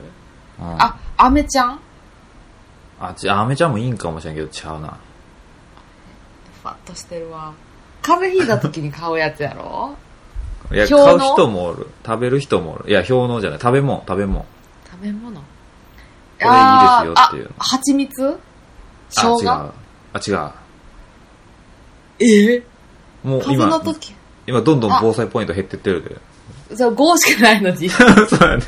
Speaker 1: う。うん、
Speaker 2: あ、アメちゃん
Speaker 1: あ、ち、あめちゃんもいいんかもしれんけど、ちゃうな。
Speaker 2: ふわっとしてるわ。風邪ひいた時に買うやつやろ
Speaker 1: いや、
Speaker 2: 氷の
Speaker 1: 買う人もおる。食べる人もおる。いや、氷のじゃない。食べ物、食べ物。
Speaker 2: 食べ物こ
Speaker 1: れいいですよっていうの
Speaker 2: あ、蜂蜜
Speaker 1: あ、
Speaker 2: 生
Speaker 1: 違う。
Speaker 2: 姜
Speaker 1: あ、違う。
Speaker 2: ええ
Speaker 1: もう
Speaker 2: 風邪
Speaker 1: 今
Speaker 2: の、時。
Speaker 1: 今どんどん防災ポイント減ってってる で。
Speaker 2: そう、5しかない のに。
Speaker 1: そうだね。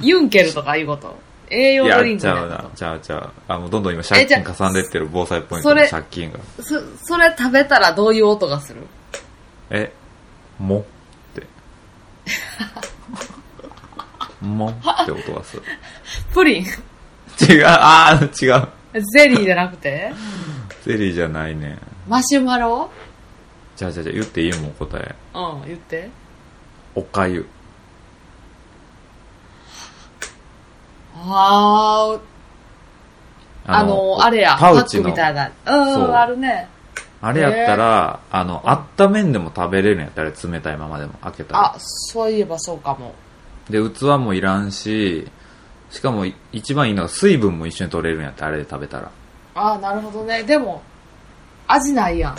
Speaker 2: ユンケルとかいうこと。栄養
Speaker 1: い
Speaker 2: ドリ
Speaker 1: や、
Speaker 2: ンク
Speaker 1: ち
Speaker 2: み
Speaker 1: ゃ
Speaker 2: たいうな
Speaker 1: な
Speaker 2: こ。
Speaker 1: ちゃうちゃう。あ、もうどんどん今借
Speaker 2: えじゃ
Speaker 1: 金
Speaker 2: あ
Speaker 1: かさんでってる防災ポイン
Speaker 2: そ
Speaker 1: トの
Speaker 2: れ
Speaker 1: 借金が。
Speaker 2: と。そ、それ食べたらどういう音がする
Speaker 1: え、も って。もって音がする。
Speaker 2: プリン
Speaker 1: 違う、あー、違う。
Speaker 2: ゼリーじゃなくて
Speaker 1: ゼリーじゃないね。
Speaker 2: マシュマロ
Speaker 1: じゃあじゃあじゃあ言っていいもん答え。
Speaker 2: うん、言って。
Speaker 1: おかゆ。
Speaker 2: あー、あの、あれや、
Speaker 1: パ
Speaker 2: パ
Speaker 1: ウ
Speaker 2: ッ
Speaker 1: チ
Speaker 2: ク
Speaker 1: の
Speaker 2: み、たいな。、
Speaker 1: そううん
Speaker 2: あるね。
Speaker 1: あれやったら、あの、温めんでも食べれるんやったら冷たいままでも開けたら。
Speaker 2: あ、そういえばそうかも。
Speaker 1: で、器もいらんし、しかもい一番いいのが水分も一緒に取れるんやったら、あれで食べたら。
Speaker 2: あー、なるほどね。でも、味ないやん。
Speaker 1: い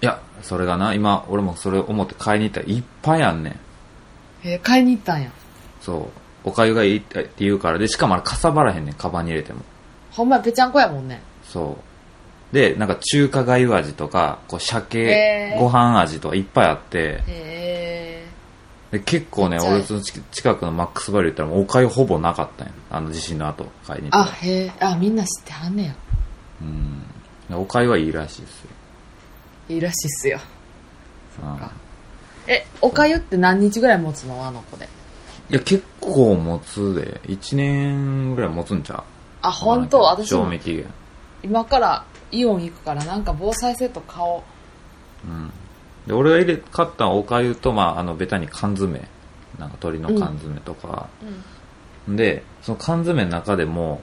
Speaker 1: や、それがな、今、俺もそれ思って買いに行ったらいっぱいあんねん。
Speaker 2: えー買いに行ったんや。
Speaker 1: そう。おかゆがいいって言うから、で、しかもあれかさばらへんねん、カバンに入れても。
Speaker 2: ほんまやぺちゃんこやもんね。
Speaker 1: そう。でなんか中華がゆ味とかこう鮭
Speaker 2: へー
Speaker 1: ご飯味とかいっぱいあって
Speaker 2: へ
Speaker 1: で結構ね
Speaker 2: ちっちゃい
Speaker 1: 俺のち近くのマックスバリュー行ったらもうおかゆほぼなかったんやあの地震の後買いに
Speaker 2: え
Speaker 1: 行
Speaker 2: あ
Speaker 1: った
Speaker 2: へえあみんな知ってはんねや
Speaker 1: うんでおかゆはいいらしいですよ、
Speaker 2: いいらしいっすよ
Speaker 1: うん、
Speaker 2: かえおかゆって何日ぐらい持つのあの子で
Speaker 1: いや結構持つで1年ぐらい持つんちゃ
Speaker 2: あ
Speaker 1: う
Speaker 2: 本当
Speaker 1: わからんけ
Speaker 2: 私
Speaker 1: ど
Speaker 2: も
Speaker 1: 賞味期限
Speaker 2: 今からイオン行くからなんか防災セット買おう
Speaker 1: うんで俺が入れ買ったのはおかゆと、まあ、あのベタに缶詰なんか鶏の缶詰とか、でその缶詰の中でも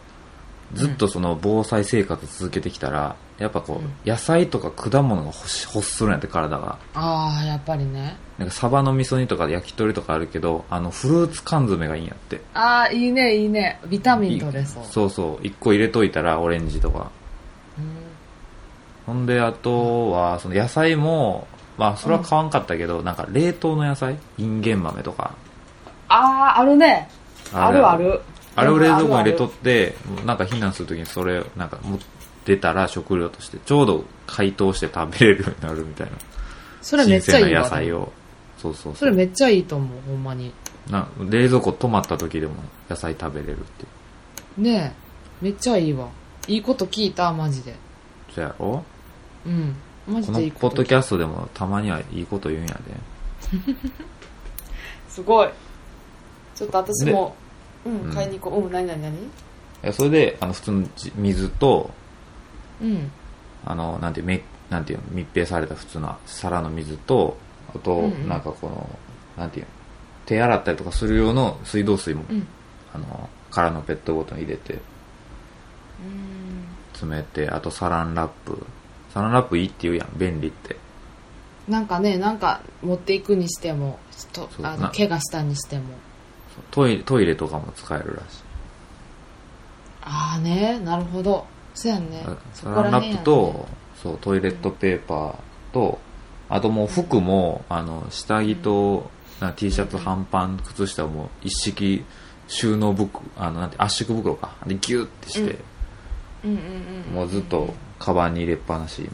Speaker 1: ずっとその防災生活続けてきたら、やっぱこ
Speaker 2: うん
Speaker 1: う野菜とか果物が欲し欲するんやって体が
Speaker 2: ああやっぱりね
Speaker 1: なんかサバの味噌煮とか焼き鳥とかあるけどあのフルーツ缶詰がいいんやって
Speaker 2: ああいいねいいねビタミン取れそう
Speaker 1: そうそう1個入れといたらオレンジとか
Speaker 2: うん
Speaker 1: ほんであとはその野菜もまあそれは買わんかったけど、なんか冷凍の野菜インゲン豆とか
Speaker 2: あああるねあるある
Speaker 1: あれを冷蔵庫に入れ
Speaker 2: あるあ
Speaker 1: と
Speaker 2: る
Speaker 1: って、なんか避難するときにそれをなんか持ってたら食料として、ちょうど解凍して食べれるようになるみたいな。
Speaker 2: それめっちゃい
Speaker 1: 新
Speaker 2: い
Speaker 1: 鮮な
Speaker 2: わ
Speaker 1: 野菜を。そうそう
Speaker 2: そ
Speaker 1: そう
Speaker 2: れめっちゃいいと思うほんまに
Speaker 1: な冷蔵庫止まった時でも野菜食べれるってい
Speaker 2: ねえめっちゃいいわいいこと聞いたマジで
Speaker 1: う。そやろ
Speaker 2: うんマ
Speaker 1: こ
Speaker 2: ジ
Speaker 1: の
Speaker 2: でいい
Speaker 1: ポ
Speaker 2: こ
Speaker 1: ッド
Speaker 2: と
Speaker 1: キャストでもたまにはいいこと言うんやで。
Speaker 2: すごいちょっと私もうん
Speaker 1: うん
Speaker 2: 買いに行こううん何何何
Speaker 1: いやそれで、あの、普通のじ水と、
Speaker 2: うん
Speaker 1: あの、なんてめ、なんていうの、密閉された普通の皿の水と、あと、
Speaker 2: うんうん
Speaker 1: なんかこの、なんていうの、手洗ったりとかする用の水道水も
Speaker 2: うん
Speaker 1: あの空のペットボトルに入れて
Speaker 2: うん
Speaker 1: 詰めてあとサランラップサランラップいいって言うやん便利って
Speaker 2: なんかねなんか持っていくにしてもちょっ
Speaker 1: そう
Speaker 2: とあ
Speaker 1: な
Speaker 2: の怪我したにしても
Speaker 1: トイレトイレとかも使えるらしい
Speaker 2: ああねなるほどそうやんね
Speaker 1: あ
Speaker 2: そ
Speaker 1: サ
Speaker 2: こ
Speaker 1: ラ
Speaker 2: ら
Speaker 1: ンラ
Speaker 2: 辺
Speaker 1: ッ
Speaker 2: やね
Speaker 1: プとそうトイレットペーパーとあともう服もあの下着とな T シャツ半パン靴下も一式収納袋あのなんて圧縮袋かでギュッてして
Speaker 2: うんうんうん
Speaker 1: もうずっとカバンに入れっぱなし今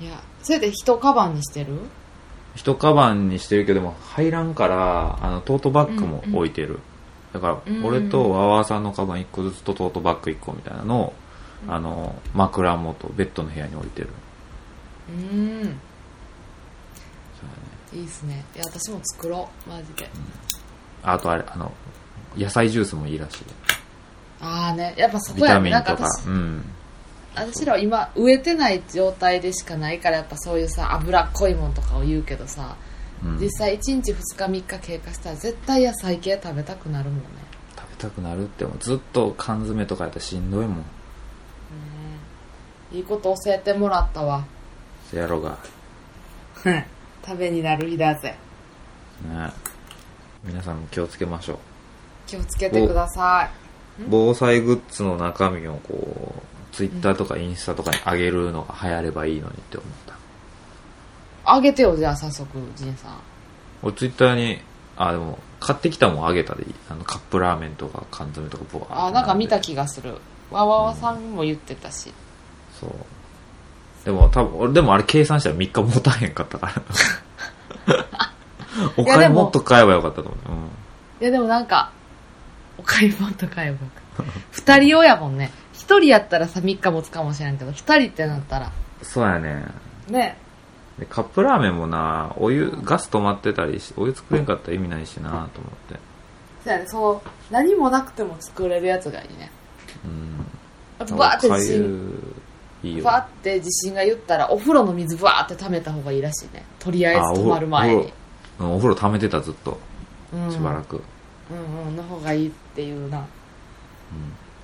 Speaker 2: いやそれで人カバンにしてる
Speaker 1: 一カバンにしてるけども入らんからあのトートバッグも置いてる、だか
Speaker 2: うん
Speaker 1: ら
Speaker 2: うん
Speaker 1: 俺とワワさんのカバン1個ずつとトートバッグ1個みたいなのを、あの枕元ベッドの部屋に置いてる
Speaker 2: うん
Speaker 1: そうだね
Speaker 2: いいっすねいや私も作ろうマジで
Speaker 1: あとあれあの野菜ジュースもいいらしい
Speaker 2: ああねやっぱそ
Speaker 1: ビ
Speaker 2: こや
Speaker 1: タ
Speaker 2: ね
Speaker 1: ミン
Speaker 2: なん
Speaker 1: と
Speaker 2: か
Speaker 1: か
Speaker 2: 私
Speaker 1: うん
Speaker 2: 私らは今植えてない状態でしかないからやっぱそういうさ脂っこいもんとかを言うけどさ、
Speaker 1: うん、
Speaker 2: 実
Speaker 1: 食
Speaker 2: 際1日2日3日経過したら絶対野菜系食べたくなるもんね
Speaker 1: べたくなるってもうずっと缶詰とかやったらしんどいもん
Speaker 2: いいこと教えてもらったわ
Speaker 1: せやろが、
Speaker 2: 食べになる日だぜ
Speaker 1: ね、皆さんも気をつけましょう
Speaker 2: 気をつけてください
Speaker 1: 防災グッズの中身をこう、ツイッターとかインスタとかに上げるのが流行ればいいのにって思った。
Speaker 2: あげてよじゃあ早速ジンさん
Speaker 1: 俺ツイッターに、あ、でも、買ってきたもんあげたでいい。あの、カップラーメンとか缶詰とかボワーって
Speaker 2: あなんか見た
Speaker 1: 並で
Speaker 2: 気がするわわわさんも言ってたし、
Speaker 1: そう。でも多分、俺でもあれ計算したら3日持たへんかった から。お
Speaker 2: いやで
Speaker 1: 金
Speaker 2: も
Speaker 1: もっと買えばよかったと思う。うん。
Speaker 2: いやでもなんかお買い物と買え ば二人用やもんね一人やったらさ3日持つかもしれんけど二人ってなったら
Speaker 1: そうやね。
Speaker 2: ね
Speaker 1: でカップラーメンもな、お湯、ガス止まってたりし、お湯作れんかったら意味ないしなと思って。
Speaker 2: そうやねそう何もなくても作れるやつがいいね
Speaker 1: うん。
Speaker 2: バーって
Speaker 1: 買
Speaker 2: 地
Speaker 1: え
Speaker 2: 震
Speaker 1: るいいよ。
Speaker 2: バーって地震が言ったらお風呂の水バーって溜めた方がいいらしいねとりあえず止まる前に
Speaker 1: あお風呂うんお風呂溜めてたずっと
Speaker 2: うん
Speaker 1: しばらく、うん
Speaker 2: うんうんの方がいいっていうな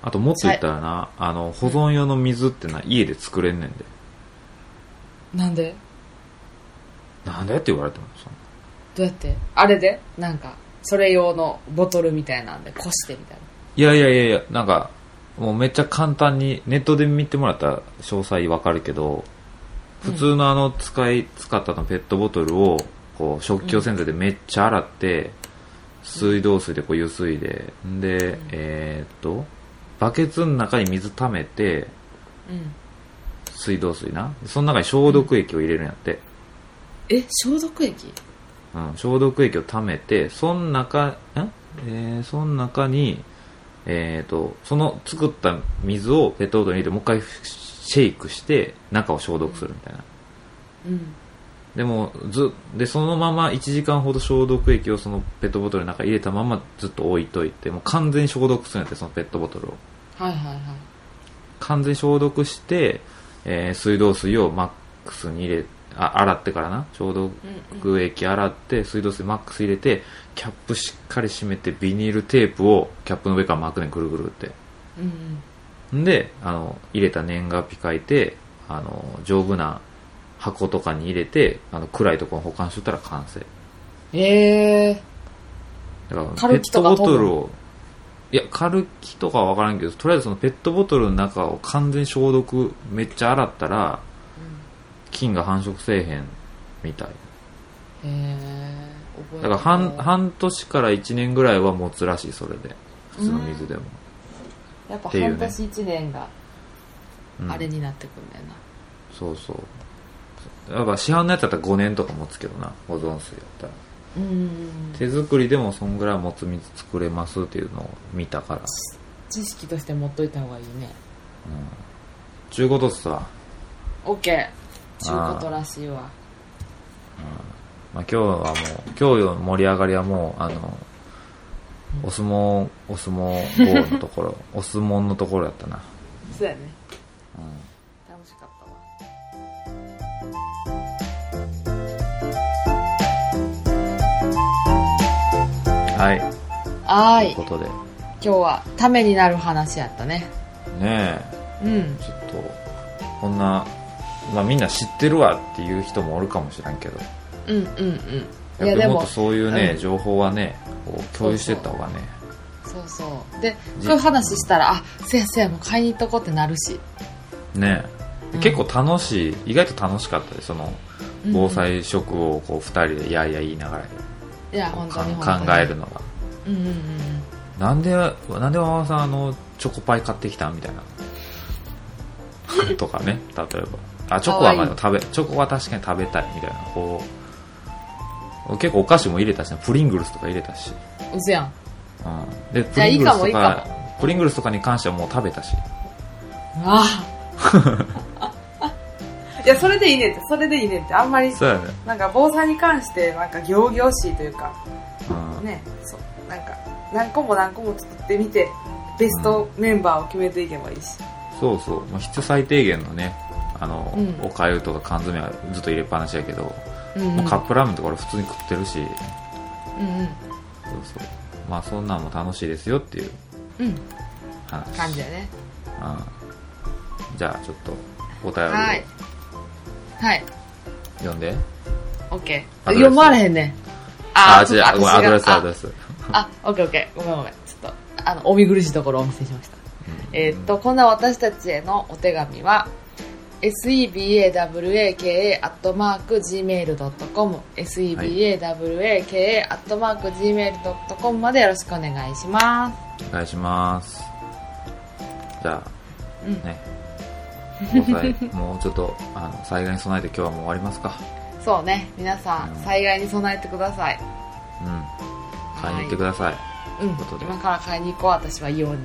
Speaker 1: あともっと言ったらなあの保存用の水ってな家で作れんねんで
Speaker 2: なんで
Speaker 1: なんだよって言われてもそんな
Speaker 2: どうやってあれでなんかそれ用のボトルみたいなんでこしてみたいない
Speaker 1: やいやいやいやなんかもうめっちゃ簡単にネットで見てもらったら詳細わかるけど普通のあの使い使ったのペットボトルをこう食器用洗剤でめっちゃ洗って、水道水でこう湯すいでで、えーっとバケツの中に水溜めて
Speaker 2: うん
Speaker 1: 水道水なその中に消毒液を入れるんやって、
Speaker 2: え消毒液
Speaker 1: うん、消毒液を溜めてその中んえー、その中にえー、とその作った水をペットボトルに入れてもう一回シェイクして中を消毒するみたいな
Speaker 2: うん
Speaker 1: でもずでそのまま1時間ほど消毒液をそのペットボトルの中に入れたままずっと置いといてもう完全に消毒するんやってそのペットボトルを
Speaker 2: はいはいはい
Speaker 1: 完全に消毒して、えー水道水をマックスに入れあ洗ってからな消毒液洗って水道水マックス入れてキャップしっかり閉めてビニールテープをキャップの上から巻くねんぐるぐるって
Speaker 2: うん
Speaker 1: んであの入れた年月日書いてあの丈夫な箱とかに入れてあの暗いところに保管しとったら完成
Speaker 2: うんええ
Speaker 1: だから
Speaker 2: カ
Speaker 1: ペ
Speaker 2: ル
Speaker 1: ッ
Speaker 2: キ
Speaker 1: ト
Speaker 2: と
Speaker 1: ボ
Speaker 2: か
Speaker 1: トルをいやカルキとかは分からんけどとりあえずそのペットボトルの中を完全消毒めっちゃ洗ったら菌が繁殖せえへんみたい
Speaker 2: へえ覚え
Speaker 1: だ
Speaker 2: て
Speaker 1: から半半年から1年ぐらいは持つらしいそれで普通の水でも、
Speaker 2: やっぱ
Speaker 1: っていうね
Speaker 2: 半年一年が
Speaker 1: うん
Speaker 2: あれになってくんだよな、
Speaker 1: そうそうやっぱ市販のやつだったら5年とか持つけどな保存水だったら
Speaker 2: うん、
Speaker 1: 手作りでもそんぐらい持つ水作れますっていうのを見たから、
Speaker 2: 知識として持っといた方がいいね
Speaker 1: ちゅうことっすわ
Speaker 2: OK ちゅうことらしいわ
Speaker 1: まあ、今日はもう、今日の盛り上がりはもう、あの、お相撲、お相撲号のとこ ろ、お相撲のところやったな。
Speaker 2: そうやね
Speaker 1: うん
Speaker 2: 楽しかったわ
Speaker 1: はい、と
Speaker 2: はー
Speaker 1: い
Speaker 2: いう
Speaker 1: ことで。
Speaker 2: 今日はためになる話やったね
Speaker 1: ね
Speaker 2: うん
Speaker 1: え、ちょっと、こんな、まあみんな知ってるわっていう人もおるかもしらんけど、
Speaker 2: うんうんうんい
Speaker 1: や
Speaker 2: や
Speaker 1: っぱ
Speaker 2: で
Speaker 1: りもっ
Speaker 2: も
Speaker 1: とそういうね、
Speaker 2: うん
Speaker 1: 情報はね、こう共有してった方がね、
Speaker 2: そうそうで
Speaker 1: じ
Speaker 2: こういう話したらあせやせやもう買いに行っとこうってなるし
Speaker 1: ねえ、
Speaker 2: うん
Speaker 1: 結構楽しい、意外と楽しかったです、その、
Speaker 2: うん
Speaker 1: 防災食をこう二人でやいや言いながら、
Speaker 2: いや
Speaker 1: こ
Speaker 2: 本
Speaker 1: う
Speaker 2: 当
Speaker 1: か
Speaker 2: に
Speaker 1: ん
Speaker 2: 本当に
Speaker 1: 考えるのが。
Speaker 2: うんうんうん
Speaker 1: なんで、なんでママさん、あの、チョコパイ買ってきたみたいな。とかね、例えば。あ、チョコはまだ食べ、チョコは確かに食べたいみたいな、こう。結構お菓子も入れたしね、プリングルスとか入れたし。
Speaker 2: うそやん
Speaker 1: うん。で、プ
Speaker 2: じゃあ
Speaker 1: リングルス
Speaker 2: い
Speaker 1: と
Speaker 2: いかもいい
Speaker 1: か、プリングルスとかに関してはもう食べたし。
Speaker 2: ああ いやそれでいいねんってそれでいいねんってあんまり
Speaker 1: そうやね。
Speaker 2: なんか防災に関してなんか行々しいというか
Speaker 1: うん。
Speaker 2: ねそうなんか何個も何個も作ってみてベストメンバーを決めていけばいいし、
Speaker 1: そうそう。まあ、必要最低限のね、あの、
Speaker 2: うん
Speaker 1: おかゆとか缶詰はずっと入れっぱなしやけど、
Speaker 2: うんうん
Speaker 1: もうカップラーメンとか俺普通に食ってるし、
Speaker 2: うん
Speaker 1: そうそう。まあそんなんも楽しいですよっていう
Speaker 2: うんうん
Speaker 1: 話。
Speaker 2: 感じやね
Speaker 1: うんじゃあちょっとお便
Speaker 2: はい
Speaker 1: り
Speaker 2: はい
Speaker 1: を読んで、
Speaker 2: OK
Speaker 1: アドレス
Speaker 2: 読まれへんねん
Speaker 1: あ
Speaker 2: ち
Speaker 1: 違
Speaker 2: ょ
Speaker 1: う
Speaker 2: っと
Speaker 1: ごめん
Speaker 2: 私
Speaker 1: ア
Speaker 2: が
Speaker 1: ドレスアドレス
Speaker 2: あ、オッケーオッケー。ごめんごめん。ちょっと、あの、お見苦しいところをお見せしました。えーっと、こんな私たちへのお手紙は、sebawaka.gmail.com、sebawaka.gmail.com までよろしくお願いしま
Speaker 1: お願いしますじゃあ、
Speaker 2: うん
Speaker 1: ね防災もうちょっとあの災害に備えて今日はもう終わりますか
Speaker 2: す。そうね、皆さん、災害に備えてください。
Speaker 1: うん買いに行ってください、
Speaker 2: うん
Speaker 1: ということ、で
Speaker 2: 今から買いに行こう、私はイオンに。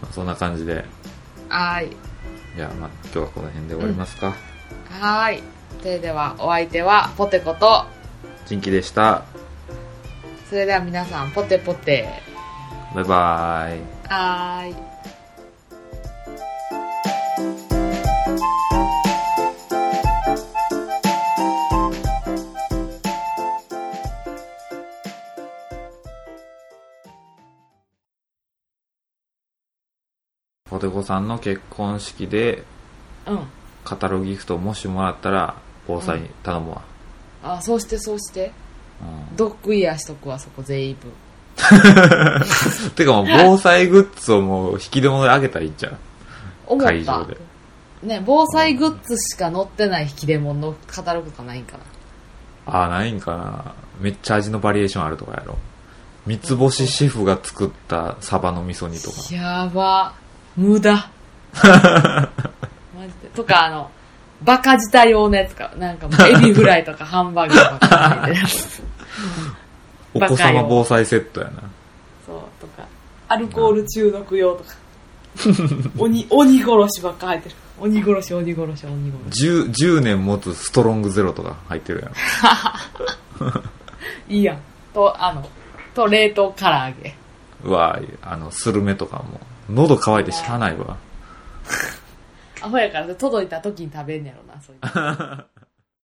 Speaker 1: まあそんな感じで
Speaker 2: はーい。
Speaker 1: じゃあ、まあ、今日はこの辺で終わりますか、
Speaker 2: はーい。それでは、お相手は、ポテコと、
Speaker 1: 人気でした
Speaker 2: それでは皆さん、ポテポテ。
Speaker 1: バイバイ
Speaker 2: はーい。
Speaker 1: ポテコさんの結婚式で
Speaker 2: うん。
Speaker 1: カタログギフトをもしもらったら防災に頼むわ、
Speaker 2: あ、そうしてそうして。
Speaker 1: うん
Speaker 2: ドッグイヤーしとくわ、そこ全員分。
Speaker 1: てかもう防災グッズをもう引き出物であげたらいいんちゃう
Speaker 2: 思
Speaker 1: 会
Speaker 2: っ
Speaker 1: 場
Speaker 2: た
Speaker 1: で。。
Speaker 2: ね、防災グッズしか載ってない引き出物のカタログとかないんかな。
Speaker 1: ああ、ないんかな。めっちゃ味のバリエーションあるとかやろ。三つ星シェフが作 ったサバの味噌煮とか。
Speaker 2: やば。無駄。マジで。とか、あの、バカ自体用のやつか。なんかもう、エビフライとかハンバーグとか書いてるやつ。
Speaker 1: お子様防災セットやな。
Speaker 2: そう、とか。アルコール中毒用とか。鬼、鬼殺しばっか入ってる。鬼殺し、鬼殺し、鬼殺し。
Speaker 1: 10, 10年持つストロングゼロとか入ってるやん。
Speaker 2: いいやん。と、あの、と、冷凍唐揚げ。
Speaker 1: うわあの、スルメとかも。喉乾いてしゃあないわ。
Speaker 2: アホやから、届いた時に食べんねやろな、そういうの。